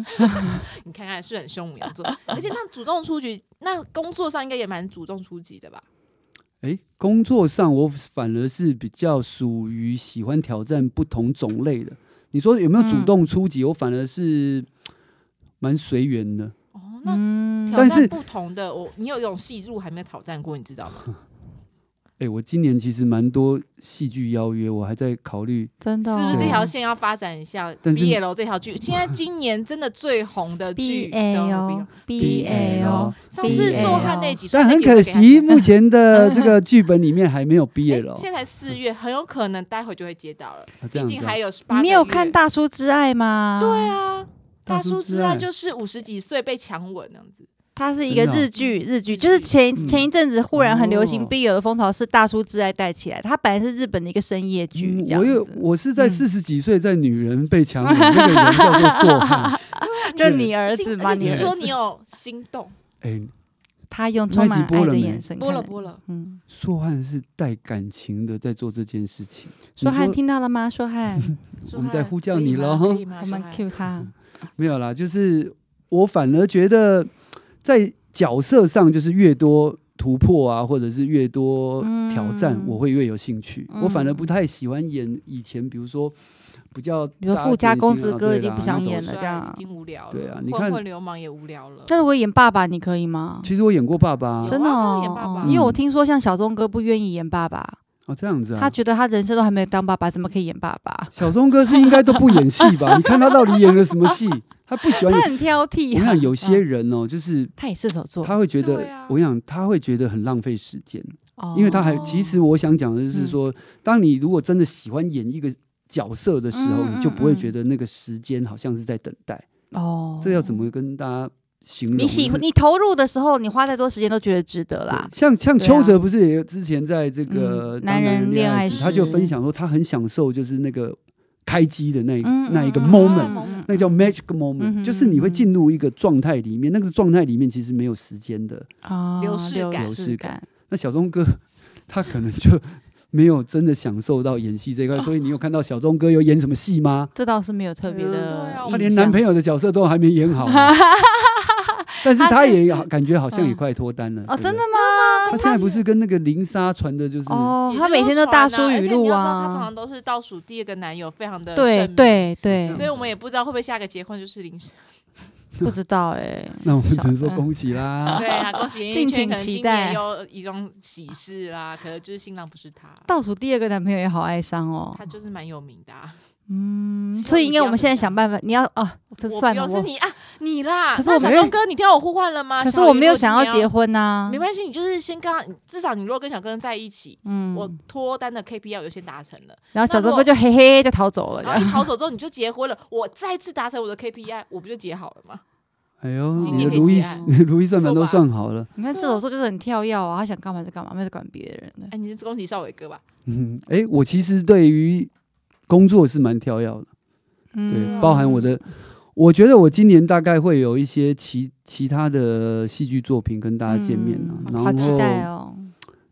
S3: 你看看是很凶母羊座，而且那主动出击，那工作上应该也蛮主动出击的吧？
S4: 哎，工作上我反而是比较属于喜欢挑战不同种类的。你说有没有主
S2: 嗯
S4: 动出击？我反而是蛮随缘的。
S3: 哦，那
S2: 嗯，
S3: 挑
S4: 但是
S3: 战不同的，我你有一种戏路还没有挑战过，你知道吗？
S4: 哎，我今年其实蛮多戏剧邀约，我还在考虑。
S2: 真的、哦、
S3: 是不是这条
S4: 对
S3: 线要发展一下
S4: 但是
S3: BL 这条剧？现在今年真的最红的
S2: B
S3: 剧
S2: A
S3: 都是
S2: O B A
S4: BL
S2: O？
S3: 上次硕汉那集，
S4: 虽然很
S3: 所以
S4: 可
S3: 那集我给
S4: 惜，
S3: 他剪
S4: 目 前的这个剧本里面还没有毕业
S3: 哎
S4: 了哦。
S3: 现在才四月，很有可能待会就会接到了，
S4: 啊这
S3: 毕
S4: 样子
S3: 竟还
S4: 啊，
S3: 有十
S2: 你
S3: 八。
S2: 没有看《大叔之爱》吗？
S3: 对，啊，大
S4: 大
S3: 叔
S4: 叔
S3: 之
S4: 之
S3: 爱
S4: 爱
S3: 就是五十几岁被强吻那样子，
S2: 它是一个
S4: 真的哦
S2: 日剧，日剧就是前
S4: 嗯
S2: 前一阵子忽然很流行
S4: 哦
S2: BL 的风潮是《大叔之爱》带起来，它本来是日本的一个深夜剧，
S4: 嗯
S2: 这样
S4: 我有
S2: 子，
S4: 我是在
S2: 嗯
S4: 四十几岁，在女人 被强吻，那个人叫做硕汉。
S2: 就
S3: 啊
S2: 你儿子嘛，
S3: 而且
S2: 你儿
S3: 听说
S2: 子，
S3: 你有心动，
S4: 哎，
S2: 他用充满
S4: 那一集播
S2: 爱
S4: 了
S2: 的
S4: 没
S2: 眼神
S3: 播了
S2: 看
S3: 播了，
S2: 嗯，
S4: 硕汉是带感情的在做这件事情。
S2: 说
S4: 你
S2: 汉听到了吗？说 汉，
S3: 说
S4: 我们
S3: 他
S4: 在呼叫
S3: 可以
S4: 你
S3: 吗
S4: 咯
S3: 可以吗
S2: 我
S3: 说
S2: 们
S3: 他
S2: Q 他，
S4: 嗯没有啦，就是我反而觉得在角色上就是越多突破啊，或者是越多挑战，
S2: 嗯
S4: 我会越有兴趣。
S2: 嗯
S4: 我反而不太喜欢演以前，比如说比较
S2: 比如说
S4: 大
S2: 富家
S4: 典型
S2: 公子
S4: 啊
S2: 哥
S4: 对
S2: 已经
S4: 啦
S2: 不
S4: 那
S2: 想
S4: 种
S2: 演了
S3: 帅
S2: 这样
S3: 已经无聊了，
S4: 对啊你
S3: 混
S4: 看
S3: 混流氓也无聊了，
S2: 但是我演爸爸，你可以吗？
S4: 其实我演过爸爸啊
S3: 有
S2: 真的
S3: 啊
S2: 哦
S3: 他演爸爸
S2: 哦因为我听说像小钟哥不愿意演爸爸，
S4: 哦这样子
S2: 他
S4: 啊。
S2: 觉得他人生都还没有当爸爸，怎么可以演爸爸？
S4: 小钟哥是应该都不演戏 吧？你看他到底演了什么戏？他不喜欢
S2: 他
S4: 演。
S2: 很挑
S4: 我
S2: 剔啊，
S4: 想有些人哦，就是
S2: 他也射手座，
S4: 他会觉
S3: 对
S4: 得
S3: 啊，
S4: 我想他会觉得很浪费时间。
S2: 哦
S4: 因为他还
S3: 哦
S4: 其实我想讲的就是
S2: 嗯
S4: 说，当你如果真的喜欢演一个角色的时候，
S2: 嗯
S4: 你就不会
S2: 嗯嗯
S4: 觉得那个时间好像是在等待。
S2: 哦，
S4: 这要怎么跟大家形容？
S2: 你喜
S4: 就是
S2: 你投入的时候，你花再多时间都觉得值得啦
S4: 对。像像
S2: 对啊
S4: 邱泽不是也之前在这个
S2: 嗯
S4: 《
S2: 男
S4: 当
S2: 人恋
S4: 恋
S2: 爱
S4: 时》，他就
S2: 时
S4: 分享说他很享受就是那个开机的那一
S2: 嗯，
S4: 那一个
S2: 嗯嗯
S4: moment。
S2: 嗯嗯
S4: 那个叫 magic
S2: 嗯哼
S4: moment，就是你会进入一个状态里面，那个状态里面其实没有时间的。
S2: 啊
S3: 流逝感
S2: 流
S4: 流
S2: 逝
S4: 逝
S2: 感
S4: 感。那小钟哥他可能就没有真的享受到演戏这一块，所以你有看到小钟哥有演什么戏吗？
S2: 这倒是没有特别的
S3: 对啊
S2: 印象，
S4: 他连男朋友的角色都还没演好呢，但是他也好感觉好像也快脱单了
S2: 哦，
S4: 对不对
S2: 真的吗？
S4: 他现在不是跟那个林莎传的就是
S2: 哦
S3: 也，是
S2: 他每天都
S3: 都
S2: 大
S3: 传啊
S2: 叔
S3: 而
S2: 语
S3: 且你
S2: 录
S3: 要知道他常
S2: 啊
S3: 常，都是倒数第二个男友，非常的
S2: 对
S3: 盛
S2: 对对
S3: 名，，所以我们也不知道会不会下个结婚就是林
S2: 不知道哎，
S4: 那我们只能说恭喜啦。
S3: 对啊，恭喜演艺
S2: 敬
S3: 圈
S2: 请
S3: 可能
S2: 期
S3: 今
S2: 待
S3: 年有一种喜事啦，可能就是新郎不是他，
S2: 倒数第二个男朋友也好哀伤哦
S3: 他，就是蛮有名的、啊。
S2: 嗯，
S3: 希
S2: 所以
S3: 望
S2: 应
S3: 你
S2: 该
S3: 不
S2: 我
S3: 要
S2: 们现在
S3: 这样
S2: 想办法，你要啊， 这
S3: 我
S2: 算
S3: 不
S2: 了，
S3: 用是
S2: 我
S3: 你啊，你啦。
S2: 可是
S3: 那
S2: 我
S3: 小
S4: 没
S3: 东哥，你听到我呼唤了吗？
S2: 可是
S3: 小
S2: 我
S3: 雨
S2: 没有
S3: 如果
S2: 想要
S3: 今年
S2: 结婚啊呐
S3: 啊没，关系，你就是先跟他，至少你如果跟小哥在一起，
S2: 嗯，
S3: 我脱单的 KPI 我就先达成了，
S2: 然后小
S3: 那如
S2: 周
S3: 果哦
S2: 哥就嘿嘿就逃走了，这
S3: 然后
S2: 样
S3: 你逃走之后你就结婚了，我再次达成我的 KPI，我不就结好了吗？
S4: 哎呦，
S3: 今
S4: 你
S3: 年可
S4: 的
S3: 以
S4: 如意
S3: 结案
S4: 如意算盘都算好了。
S2: 嗯你看射手座就是很跳跃啊，他想干嘛就干嘛，没有在管别人的。
S3: 哎，你是恭喜少伟哥吧？
S4: 嗯，哎，我其实对于工作是蛮挑药的，对，
S2: 嗯
S4: 包含我的，我觉得我今年大概会有一些其其他的戏剧作品跟大家见面啊，
S2: 嗯好
S4: 然
S2: 期待
S4: 后
S2: 哦。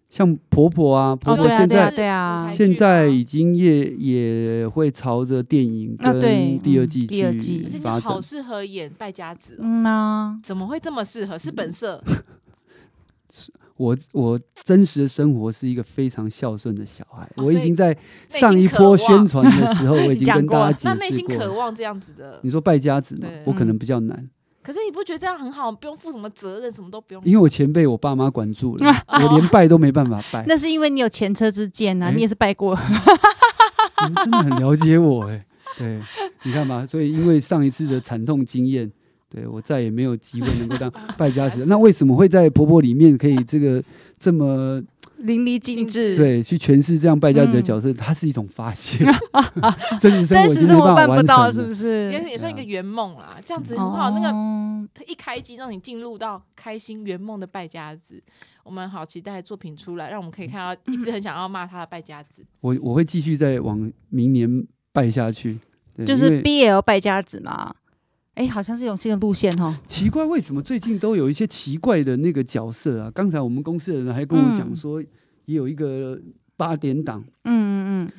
S4: 像婆婆啊，婆
S2: 哦，
S4: 婆
S2: 对啊，
S4: 现
S2: 对啊，
S4: 在。
S2: 对啊
S3: 台。剧
S4: 现在
S3: 吗
S4: 已经也也会朝着电影
S2: 啊对
S4: 跟第二
S2: 嗯
S4: 季
S2: 第二季
S3: 而且
S4: 去
S3: 你
S4: 发展
S3: 好，适合演败家子哦，
S2: 嗯啊，
S3: 怎么会这么适合？是本色，
S4: 嗯我我真实的生活是一个非常孝顺的小孩，
S3: 哦
S4: 我
S3: 所
S4: 已
S3: 以
S4: 经在
S3: 内
S4: 上
S3: 心
S4: 一
S3: 渴
S4: 波
S3: 望
S4: 宣传的时候，我已经
S2: 讲
S4: 跟
S2: 过
S4: 大
S3: 那
S4: 家
S3: 内
S4: 解释
S3: 心
S4: 过
S3: 渴
S4: 了。嗯
S3: 望这样子的
S4: 你。说败家子嘛
S3: 对，
S4: 我可
S2: 嗯
S4: 能比较难，
S3: 可是你不觉得这样很好？不用负什么责任，什么都不用。啊
S4: 因为我前辈我爸妈管住了， 我连拜都没办法拜。
S2: 那是因为你有前车之鉴呐、
S4: 哎
S2: 你也是拜 过。
S4: 你嗯真的很了解我哎、对，你看吧，所以因为上一次的惨痛经验，对我再也没有机会能够当 败家子。那为什么会在婆婆里面可以这个这么
S2: 淋漓尽致。
S4: 对，去诠释这样败家子的角色，它是一种 发泄。真实生活
S2: 嗯但
S4: 已
S2: 是
S4: 经
S2: 生
S4: 没
S2: 活
S4: 办法
S2: 办不
S4: 完成
S2: 到，
S4: 了。
S2: 是不是？
S3: 也也算
S4: 啊
S3: 一个圆梦啦，这样子很好。那
S2: 哦
S4: 嗯
S3: 个
S2: 个
S3: 它一开机让你进入到开心圆梦的败家子，我们好期待作品出来，让我们可以看到一直很想要骂他的败家子。
S4: 我我会继续再往明年拜下去。对
S2: 就
S4: 因
S2: 是
S4: 为
S2: BL 败家子嘛。哎，好像是永信的路线哦。
S4: 奇怪，为什么最近都有一些奇怪的那个角色啊？刚才我们公司的人还跟我讲
S2: 嗯
S4: 说，也有一个八点档，
S2: 嗯嗯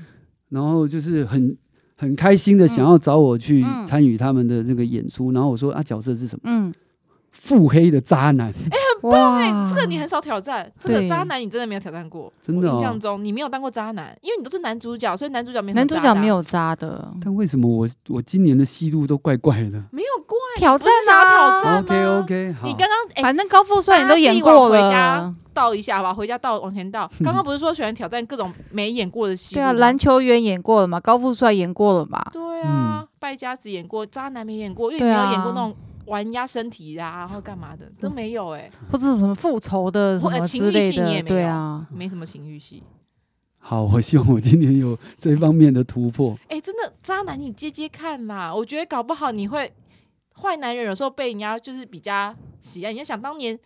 S4: 然后就是很很开心的想要找我去
S2: 嗯
S4: 参与他们的那个演出，然后我说啊，角色是什么？
S2: 嗯
S4: 腹黑的渣男，
S2: 嗯，哇，
S3: 对，这个你很少挑战，这个
S2: 对
S3: 渣男你真的没有挑战过。
S4: 真的
S3: 我印
S4: 哦
S3: 象。中你没有当过渣男，因为你都是男主角，所以男主角没有
S2: 男
S3: 很
S2: 主
S3: 渣
S2: 角
S3: 的啊
S2: 没有渣的
S4: 但为什么我我今年的戏路都怪怪的
S3: 没有过，啊
S2: 挑
S3: 不
S2: 战
S3: 是想要
S2: 啊
S3: 挑战吗
S4: ？OK OK，好，
S3: 你刚刚哎
S2: 反正高富帅你都演过
S3: 大家自
S2: 了，
S3: 倒一下吧，回家倒往前 倒。刚刚不是说喜欢挑战各种没演过的戏？
S2: 对啊，篮。球员演过了嘛，高富帅演过了嘛，
S3: 对
S4: 嗯
S3: 啊，败家子演过，渣男没演过，因为
S2: 对
S3: 没
S2: 啊
S3: 有演过那种玩压身体啊，然后干嘛的都没有哎、
S2: 或者什么复仇的什
S3: 或
S2: 么
S3: 呃情
S2: 之
S3: 欲
S2: 类
S3: 戏你也
S2: 的，
S3: 没
S2: 对
S3: 有
S2: 啊，
S3: 没什么情欲戏。
S4: 好，我希望我今年有这方面的突破。
S3: 哎、真的渣男你接接看啦，我觉得搞不好你会坏男人有时候被人家就是比较喜爱。你要想当年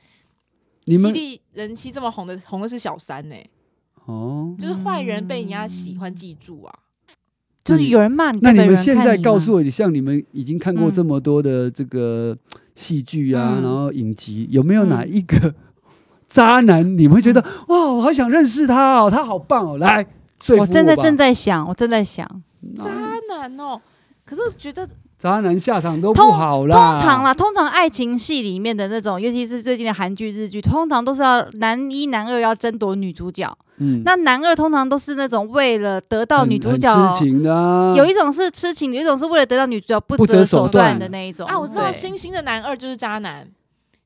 S4: 你
S3: 犀
S4: 们
S3: 利人妻这么红的，红的是小三呢、哎
S4: 哦，
S3: 就是坏人被人家喜欢记住啊。
S2: 就
S4: 那
S2: 是
S4: 你
S2: 有人骂你，
S4: 那
S2: 你
S4: 你们现在告诉
S2: 我，
S4: 我，像你们已经看过
S2: 嗯
S4: 这么多的这个戏剧啊，
S2: 嗯
S4: 然后影集，有没有哪一个渣男你们会
S2: 嗯
S4: 觉得哇，我好想认识他哦，他好棒哦，来说服
S2: 我正在
S4: 吧
S2: 正在想，我正在想，
S4: 那
S3: 渣男哦、可是我觉得
S4: 渣男下场都不
S2: 通
S4: 好啦，
S2: 通常啦，通常爱情戏里面的那种，尤其是最近的韩剧、日剧，通常都是要男一、男二要争夺女主角。
S4: 嗯，
S2: 那男二通常都是那种为了得到
S4: 很
S2: 女主
S4: 很
S2: 角，
S4: 痴情的啊，
S2: 有一种是痴情，有一种是为了得到女主角不
S4: 不择
S2: 择
S4: 手
S2: 手
S4: 段
S2: 的那一种。
S3: 啊，我知道
S2: 对
S3: 星星的男二就是渣男，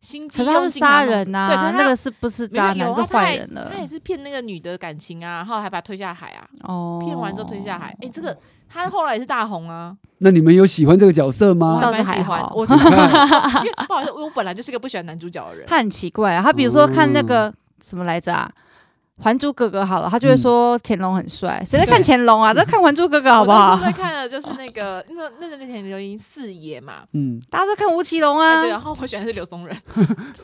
S3: 心机
S2: 可是他
S3: 用
S2: 是
S3: 尽
S2: 杀
S3: 脑子
S2: 人呐、
S3: 对，可是他
S2: 那个是不是
S3: 没有
S2: 渣
S3: 有
S2: 男
S3: 啊
S2: 是
S3: 他
S2: 坏
S3: 也
S2: 人了
S3: 他？也是骗那个女的感情啊，然后还把她推下海啊，
S2: 哦，
S3: 骗完之后推下海。哎、这个他后来也是大红啊，
S4: 那你们有喜欢这个角色
S3: 我
S2: 哦
S4: 吗？
S2: 倒是
S3: 还蛮
S2: 还
S3: 喜欢。
S2: 好
S3: 我是 因为不好意思，我本来就是个不喜欢男主角的人。
S2: 他很奇怪、啊，他比如说看那
S4: 哦
S2: 个、什么来着啊，《还珠格格》好了，他就会
S4: 嗯
S2: 说乾隆很帅，谁在看乾隆啊？在看《还珠格格》好不
S3: 我
S2: 好
S3: 当？时在看的就是那个那那阵之前流行四爷嘛，
S4: 嗯，
S2: 大家都看吴奇隆
S3: 哎
S2: 啊，
S3: 对，然后我喜欢的是刘松仁，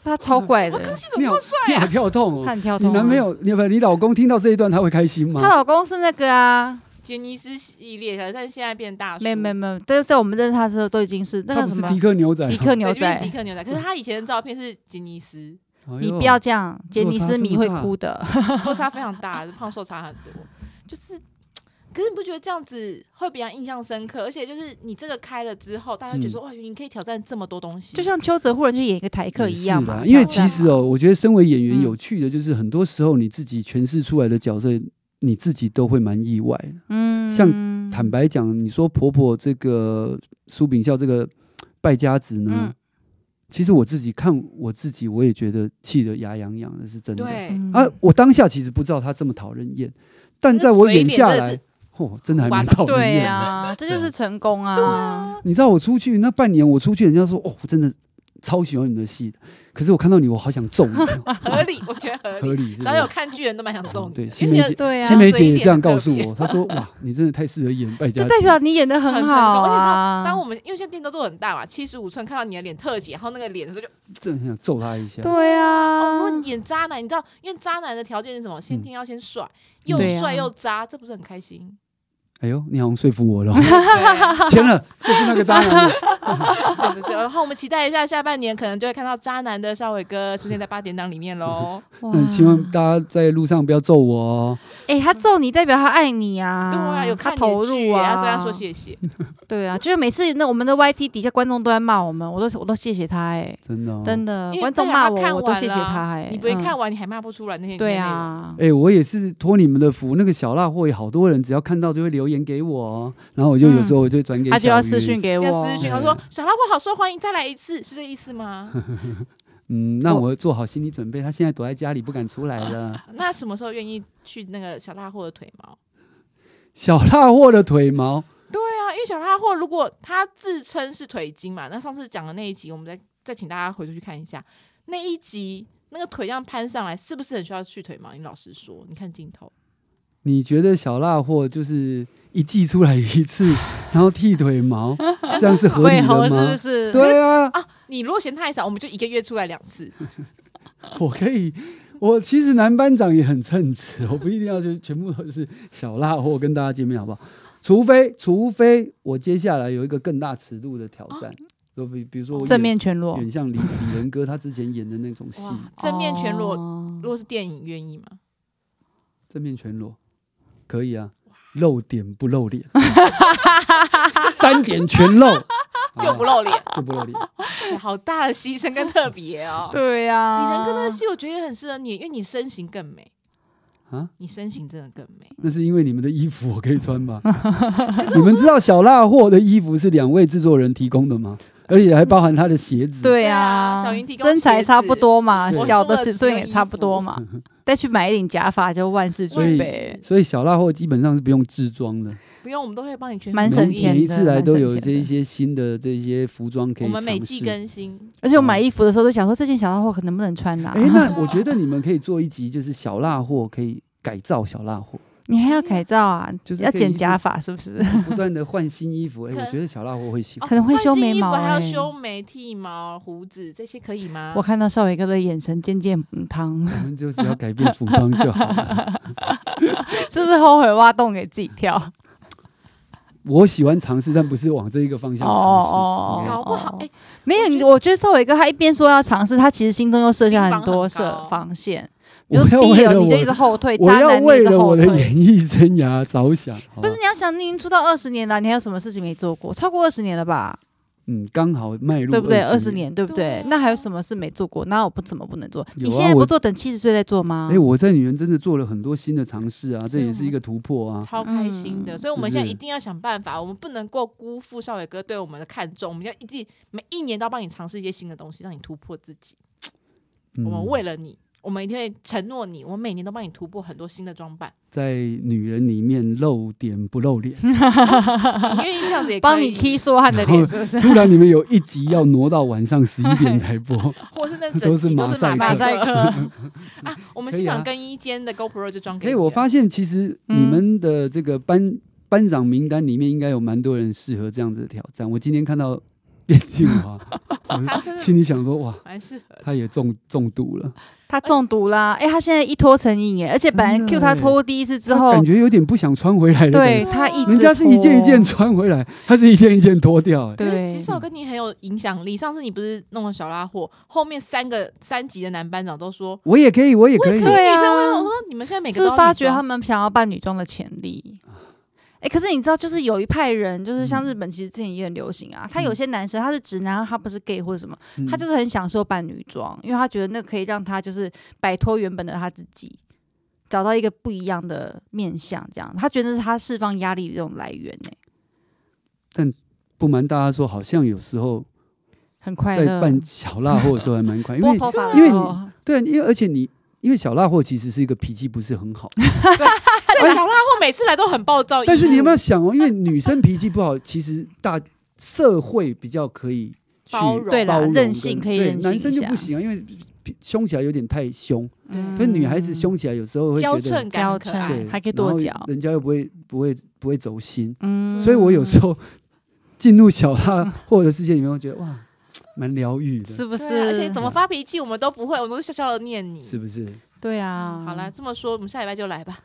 S2: 他超怪的，
S3: 康熙怎么
S4: 你
S3: 那
S4: 好
S3: 么帅？啊
S4: 你好跳痛
S2: 他
S4: 哦。
S2: 很跳
S4: 你
S2: 通啊。
S4: 男朋友，你不，你老公听到这一段他会开心吗？
S2: 她老公是那个啊，
S3: 杰尼斯系列的，但现在变大叔，
S2: 没有没有没有，但是在我们认识他的时候都已经是那个
S4: 他不
S2: 什
S4: 是
S2: 么
S4: 迪克牛仔吗，
S2: 迪克牛
S3: 对，就是迪
S2: 仔。
S3: 克牛仔。可是他以前的照片是杰尼斯，
S4: 哎呦，
S2: 你不要这样，杰尼斯迷会
S4: 落差这么大
S2: 哭的。
S3: 落差非常大， 胖瘦差很多。就是，可是你不觉得这样子会比较印象深刻？而且就是你这个开了之后，大家会觉得说、
S4: 嗯
S3: 哇，你可以挑战这么多东西，
S2: 就像邱泽忽然去演一个台客
S4: 也
S2: 一样啊
S4: 是啦
S2: 嘛，
S4: 因为
S2: 挑战
S4: 其
S2: 嘛
S4: 实哦，我觉得身为演员
S2: 嗯
S4: 有趣的就是，很多时候你自己诠释出来的角色，你自己都会蛮意外的。
S2: 嗯
S4: 像坦白讲，你说婆婆这个苏炳孝这个败家子呢，
S2: 嗯
S4: 其实我自己看我自己，我也觉得气得牙痒痒的，是真的。
S3: 对，
S2: 嗯
S4: 啊，我当下其实不知道她这么讨人厌，但在我演下来，哦，真的还蛮讨人
S2: 对
S4: 厌的。
S2: 啊，这就是成功啊。
S4: 你知道我出去那半年，我出去，人家说哦，真的超喜欢你的戏的，可是我看到你，我好想揍你哦，
S3: 合理，我觉得合
S4: 合
S3: 理。
S4: 理是
S3: 只
S4: 吧
S3: 要有看剧人都蛮想揍你的，
S4: 对
S3: 因为你的
S4: 新
S2: 对啊
S4: 新，梅
S3: 嘴
S4: 姐也
S3: 脸
S4: 这样
S3: 很特
S4: 告诉
S3: 别
S4: 我，她说：“哇，你真的太适合演败家
S2: 这
S4: 子。”
S2: 代表你演的
S3: 很
S2: 很
S3: 成
S2: 好
S3: 功而且当
S2: 啊。
S3: 当我们因为现在电都做很大嘛，七十五寸看到你的脸特写，然后那个脸的时候就，哦
S4: 真的很想揍她一下。
S2: 对啊
S3: 如，果你演渣男，你知道，因为渣男的条件是什么？
S4: 嗯
S3: 先天要先帅，又
S2: 对啊
S3: 帅又渣，这不是很开 心？
S4: 哎呦，你好像说服我了哦，
S3: 对
S4: 签了，就是那个渣男了。
S3: 是不是？然后我们期待一下下半年，可能就会看到渣男的少伟哥出现在八点档里面喽。
S4: 那希望嗯大家在路上不要揍我哦。
S2: 哎，他揍你代表他爱你啊，
S3: 对啊，有看
S2: 他
S3: 你的
S2: 投
S3: 剧
S2: 入
S3: 耶
S2: 啊，
S3: 他虽然说谢谢，
S2: 对啊，就是每次那我们的 YT 底下观众都在骂我们，我都我都谢谢他哎，
S4: 真的、哦，
S2: 真的，
S3: 因为
S2: 观众
S3: 代表
S2: 骂
S3: 他
S2: 我
S3: 看
S2: 我都
S3: 完
S2: 谢谢
S3: 了啊
S2: 他哎，
S3: 你不会
S2: 嗯
S3: 看完，你还骂不出来那些
S2: 对
S3: 内容。
S2: 啊，
S4: 哎、我也是托你们的福，那个小辣货也好多人，只要看到就会留言给我哦，然后我就有时候我就转给、
S2: 嗯
S4: 小
S2: 他就要
S4: 鱼
S2: 私讯。给
S3: 要
S2: 我，
S3: 私讯，
S4: 对
S3: 他
S2: 嗯
S3: 说小老虎好受欢迎，再来一次，是这意 思吗？
S4: 嗯，那
S2: 我
S4: 我做好心理准备，他现在躲在家里不敢出来了。
S3: 那什么时候愿意去那个小大货的腿毛？
S4: 小辣货的腿毛，
S3: 对啊，因为小大货如果他自称是腿精嘛，那上次讲的那一集，我们再再请大家回头去看一下那一集，那个腿这样攀上来，是不是很需要去腿毛？你老实说，你看镜头，
S4: 你觉得小辣货就是一季出来一次，然后剃腿毛， 这样是合理
S2: 会猴
S4: 的
S2: 是不
S4: 吗？
S2: 是？
S4: 对啊，
S3: 啊，你如果嫌太少，我们就一个月出来两次。
S4: 我可以。我其实男班长也很称职，我不一定要就全部都是小辣货跟大家见面，好不好？除非除非我接下来有一个更大尺度的挑
S3: 哦
S4: 战，就比比如说我演
S2: 正面全裸，
S4: 远像李李仁哥他之前演的那种 戏，
S3: 哇，正面全裸，
S2: 哦
S3: 如果是电影，愿意吗？
S4: 正面全裸可以啊，露点不 露脸，三点全露，
S2: 啊
S3: 就不露脸，
S4: 好吧就不露脸。
S3: 好大的牺牲跟特别哦。
S2: 对
S4: 啊
S2: 啊呀、
S3: 李仁哥那个戏，我觉得也很适合你，因为你身形更美，
S4: 啊，
S3: 你身形真的更美。
S4: 那是因为你们的衣服我可以 穿吧？你们知道小辣货的衣服是两位制作人提供的吗？而且还包含他的鞋子。
S2: 对
S3: 对啊
S2: 呀，
S3: 小云提供
S2: 身材
S3: 鞋子
S2: 差不多嘛，
S4: 对
S2: 脚的尺寸也差不多 嘛，再去买一顶假发就万事
S4: 所
S2: 俱
S4: 以
S2: 备。
S4: 所以小辣货基本上是不用制装的，
S3: 不用，我们都会帮你全
S2: 蛮
S4: 每
S2: 省钱的
S4: 每一次来都有
S2: 蛮省钱的
S4: 这一些新的这一些服装可以
S3: 我们
S4: 尝
S3: 每季
S4: 试。
S3: 更新，
S2: 而且我
S4: 嗯
S2: 买衣服的时候都想说，这件小大货可能不能穿啊呐、
S4: 哎、那我觉得你们可以做一集，就是小辣货可以改造小辣货，
S2: 你还要改造啊，
S4: 就是
S2: 要
S4: 可以一
S2: 剪
S4: 直
S2: 假发是不是？
S4: 不断的换新衣服。哎、
S3: 可
S4: 我觉得小辣货会喜欢。
S2: 可能会
S3: 哦换
S2: 修
S3: 新
S2: 眉
S3: 衣服
S2: 毛
S3: 还要
S2: 欸
S3: 修眉、剃毛、胡子这些可以吗？
S2: 我看到少伟哥的眼神渐渐嗯汤，
S4: 我们就只要改变服装就好了。
S2: 是不是后悔挖洞给自己跳？
S4: 我喜欢尝试，但不是往这一个方向尝试。
S2: 哦哦哦
S4: OK
S3: 搞不好，哎，
S2: 没有，
S3: 我
S2: 你
S3: 觉得
S2: 我觉得少伟哥他一边说要尝试，他其实心中又设下
S3: 心
S2: 很
S3: 防
S2: 多
S3: 很
S2: 设
S3: 高
S2: 防线。比
S4: 我
S2: 如
S4: 要为
S2: B
S4: 了
S2: 你
S4: 我
S2: 就一直后退，
S4: 我
S2: 渣
S4: 要
S2: 男你
S4: 为
S2: 一直
S4: 了我
S2: 后
S4: 的
S2: 退。
S4: 演艺生涯着想。哦
S2: 不
S4: 好吧
S2: 是，你要想，你已经出道二十年了，你还有什么事情没做过？超过二十年了吧，
S4: 嗯，刚好迈入
S2: 对不对？二
S4: 十
S2: 十。年，对不
S3: 对
S2: 对
S3: 啊？
S2: 那还有什么事没做过？那我不怎么不能做？
S4: 有
S2: 你
S4: 啊
S2: 现在
S4: 我
S2: 不做，等七十岁再做吗
S4: 哎、？我在女人真的做了很多新的尝试啊，这
S3: 是
S4: 也是
S3: 吗
S4: 一个突破啊。
S3: 超开心的。
S2: 嗯
S3: 所以我们现在
S4: 是
S3: 一定要想办法，我们不能够辜负少伟哥对我们的看重，我们要一定每一年都要帮你尝试一些新的东西，让你突破自己。
S4: 嗯
S3: 我们为了你，我们一定会承诺你，我们每年都帮你突破很多新的 装扮。
S4: 在女人里面露点不露脸，
S3: 你愿意这样子也可以
S2: 帮你踢说汉的脸 是不是？
S4: 突然你们有一集要挪到晚上十一 点才播，
S3: 或是那整集都
S4: 都
S3: 是
S4: 是马赛克
S3: 马赛克
S2: 克，
S3: 啊！我们
S4: 可以
S3: 现场
S4: 啊
S3: 更衣间的 GoPro 就装给
S2: 啊
S4: 哎、
S3: 你啊了。
S4: 我发现其实你
S2: 嗯
S4: 们的这个班、班长名单里面，应该有蛮多人适合这样子的挑战。我今天看到卞庆 华，
S3: 他真
S4: 我
S3: 的
S4: 心里想说，哇，
S3: 蛮适合的。
S4: 他也中中毒了，
S2: 他中毒啦！哎，他现在一拖成瘾哎，而且本来
S4: 真的
S2: Q 他
S4: 哎
S2: 脱第一次之
S4: 他
S2: 后
S4: 感，觉有点不想穿回来的
S2: 对
S4: 感觉。
S2: 他一直
S4: 人家是一件一件
S2: 脱
S4: 穿回来，他是一件一件脱掉、哎，
S3: 可是
S2: 对
S3: 其实我跟你很有影响力。上次你不是弄了小拉货，后面三个三级的男班长都说，
S4: 我也可以，我也可
S2: 可
S4: 以。
S2: 以对啊
S3: 女生为什么？我说你们现在每个
S2: 是不
S3: 都要
S2: 是发掘
S3: 女装
S2: 他们想要扮女装的潜力。
S4: 啊
S2: 哎、可是你知道，就是有一派人，就是像
S4: 嗯
S2: 日本，其实之前也很流行啊。他有些男生他是直男，他不是 gay 或者什么，
S4: 嗯
S2: 他就是很享受扮女装，因为他觉得那可以让他就是摆脱原本的他自己，找到一个不一样的面相，这样他觉得是他释放压力的一种来源欸呢、
S4: 不瞒大家说，好像有时候
S2: 很快
S4: 在
S2: 乐。
S4: 扮小辣货的时候还蛮快，因
S2: 拨
S4: 为
S2: 头发的
S4: 因为
S2: 时
S4: 你
S2: 候，
S4: 对，因为而且你因为小辣货其实是一个脾气不是很好，
S2: 哦哎
S3: 对小拉货每次来都很暴躁，
S4: 但是你有没
S3: 有？
S4: 有想哦，因为女生脾气不好，其实大社会比较可以去
S3: 包容
S2: 对啦
S4: 包容
S2: 任性
S4: 跟
S2: 可以
S4: 对
S2: 任性
S4: 男生就
S2: 一下
S4: 不行啊，因为凶起来有点太凶，
S2: 嗯
S4: 可是女孩子凶起来有时候会觉
S3: 娇
S4: 得
S3: 嗔感
S2: 娇
S3: 很可爱，
S2: 嗔啊
S4: 对，
S2: 还可以
S4: 然后
S2: 跺脚
S4: 人家又不会不会不会走心，
S2: 嗯
S4: 所以我有时候进入小辣
S3: 嗯
S4: 或者世界里面，我觉得哇，蛮疗愈
S2: 是
S4: 的，
S2: 不是？
S3: 对啊而且怎么发脾气我们都不会，我们都笑笑的念你。
S4: 嗯是不是？
S2: 对啊
S3: 嗯，好啦，，这么说我们下礼拜就来吧。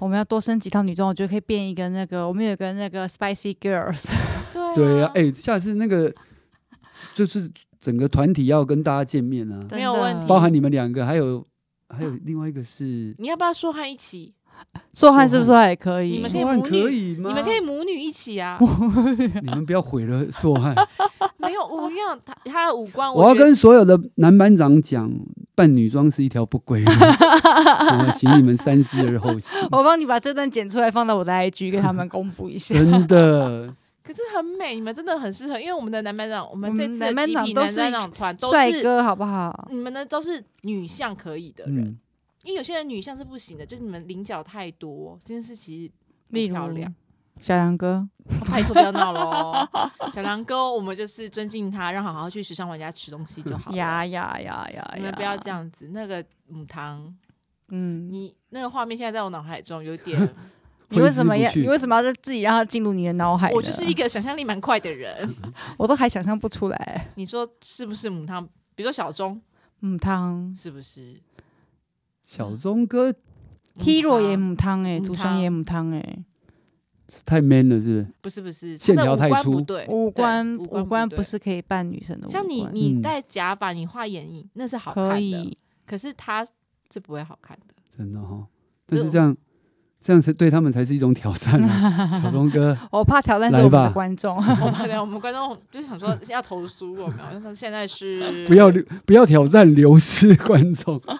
S2: 我们要多升几套女装，我觉得可以变一个那个，我们有个那个 Spicy Girls，
S3: 对
S4: 对
S3: 对
S4: 啊，哎、下次那个就是整个团体要跟大家见面啊，
S3: 没有问题
S4: 包含你们两个，还有还有
S3: 啊
S4: 另外一个是
S3: 你要不要说和一起？
S2: 硕汉是不是还可以？
S3: 你们可以
S4: 硕汉
S3: 母女
S4: 可以吗？
S3: 你们可以，母女一起啊！
S4: 你们不要毁了 硕汉。
S3: 没有，我跟你讲，他他的五官，
S4: 我要
S3: 觉得
S4: 跟所有的男班长讲，扮女装是一条不归 路，啊请你们三思而后行。
S2: 我帮你把这段剪出来，放到我的 IG 给他们公布一下。
S4: 真的，
S3: 可是很美，你们真的很适合，因为我们的男班长，我们
S2: 我
S3: 这
S2: 们
S3: 次
S2: 男
S3: 的
S2: 班
S3: 极
S2: 长
S3: 品
S2: 都
S3: 男班
S2: 是
S3: 长团都
S2: 帅
S3: 是
S2: 哥好不好？
S3: 你们的都是女相可以 的人，
S4: 嗯，
S3: 因为有些人女相是不行的，就是你们菱角太多，这件事其实不
S2: 例如
S3: 漂亮。
S2: 小杨哥，
S3: 哦拜托不要闹喽， 小狼哥，我们就是尊敬他，让好好去时尚玩家吃东西就好 了。
S2: 呀呀呀呀！
S3: 你们
S2: 呀
S3: 不要这，样子，那个母汤，
S2: 嗯，
S3: 你那个画面现在在我脑海中有点，
S2: 你为什么
S4: 挥之
S2: 要？
S4: 不去
S2: 你为什么要自己让他进入你的脑 海呢？
S3: 我就是一个想象力蛮快的人。
S2: 我都还想象不出来。
S3: 你说是不是母汤？比如说小钟
S2: 母汤
S3: 是不是
S4: 小钟哥
S3: 母
S2: ，Hero
S3: 汤
S2: 也母汤哎，
S3: 母
S2: 祖
S3: 汤
S2: 雄也母汤哎，
S4: 太 man 了，是
S3: 不是不是，他
S4: 线
S3: 的
S4: 条
S3: 五
S4: 太
S3: 官不
S4: 粗
S3: 对，
S2: 五
S3: 对
S2: 官
S3: 五
S2: 五
S3: 官
S2: 官不
S3: 对。
S2: 是可以扮女生的五官，
S3: 像你，你
S4: 嗯
S3: 戴假发，你画眼影，那是好看
S2: 可
S3: 的。
S2: 以
S3: 可是他是不会好看的。
S4: 不是？真的哈、
S2: 嗯
S4: 哦，
S3: 就
S4: 但是这样，这样才对他们才是一种挑 战啊！小钟哥，
S2: 我怕挑战是
S4: 来
S2: 我们的
S4: 吧
S2: 观众，
S3: 我们的我们观众就是想说要投诉我们，就说现在是
S4: 不要流不要挑战流失观众，
S2: 哦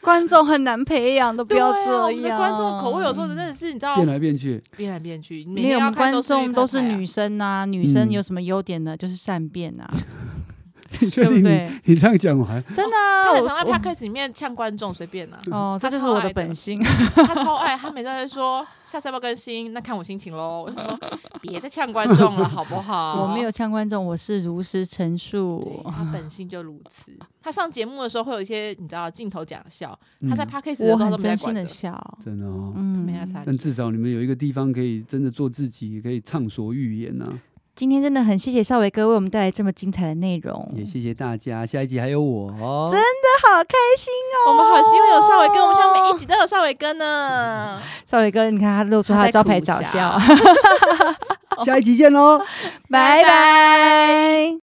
S2: 观众很难培养的，不
S3: 对啊
S2: 要这
S3: 我们的
S2: 样。
S3: 观众口味有时候真的是你知道
S4: 变来 变去，
S3: 变来变去，
S2: 没有，我们观众都是女
S3: 生，
S2: 生啊，女生
S4: 嗯
S2: 有什么优点呢？就是善变啊，
S4: 你 确
S2: 对不
S4: 定
S2: 对
S4: 你？你这样讲完，
S2: 真的啊
S3: 他很
S2: 我
S3: 常在 podcast 里面呛观众，随便啊啦、
S2: 哦，这
S3: 他
S2: 就是
S3: 超
S2: 我
S3: 爱
S2: 的
S3: 的
S2: 本性。
S3: 他超爱，他每次都在说下次要不要更新，那看我心情喽。我就说别再呛观众了，好不好？
S2: 我没有呛观众，我是如实陈
S3: 对
S2: 述。
S3: 他本性就如此。他上节目的时候会有一些你知道镜头假笑，他在
S4: 嗯
S3: podcast 的
S2: 我
S3: 时
S2: 很
S3: 候都没
S2: 真
S3: 在
S2: 心
S3: 管
S2: 的
S3: 的，
S2: 笑，
S4: 真的哦。
S2: 嗯，
S3: 没在擦。
S4: 但至少你们有一个地方可以真的做自己，也可以畅所欲言啊呐、
S2: 今天真的很谢谢少伟哥为我们带来这么精彩的内容，
S4: 也谢谢大家，下一集还有我哦。
S2: 好开心
S3: 我们好希望有少伟哥，我们像每一集都有少伟哥呢。
S2: 少伟哥，你看他露出他的招 牌找笑，
S4: 下一集见喽。
S2: 拜拜。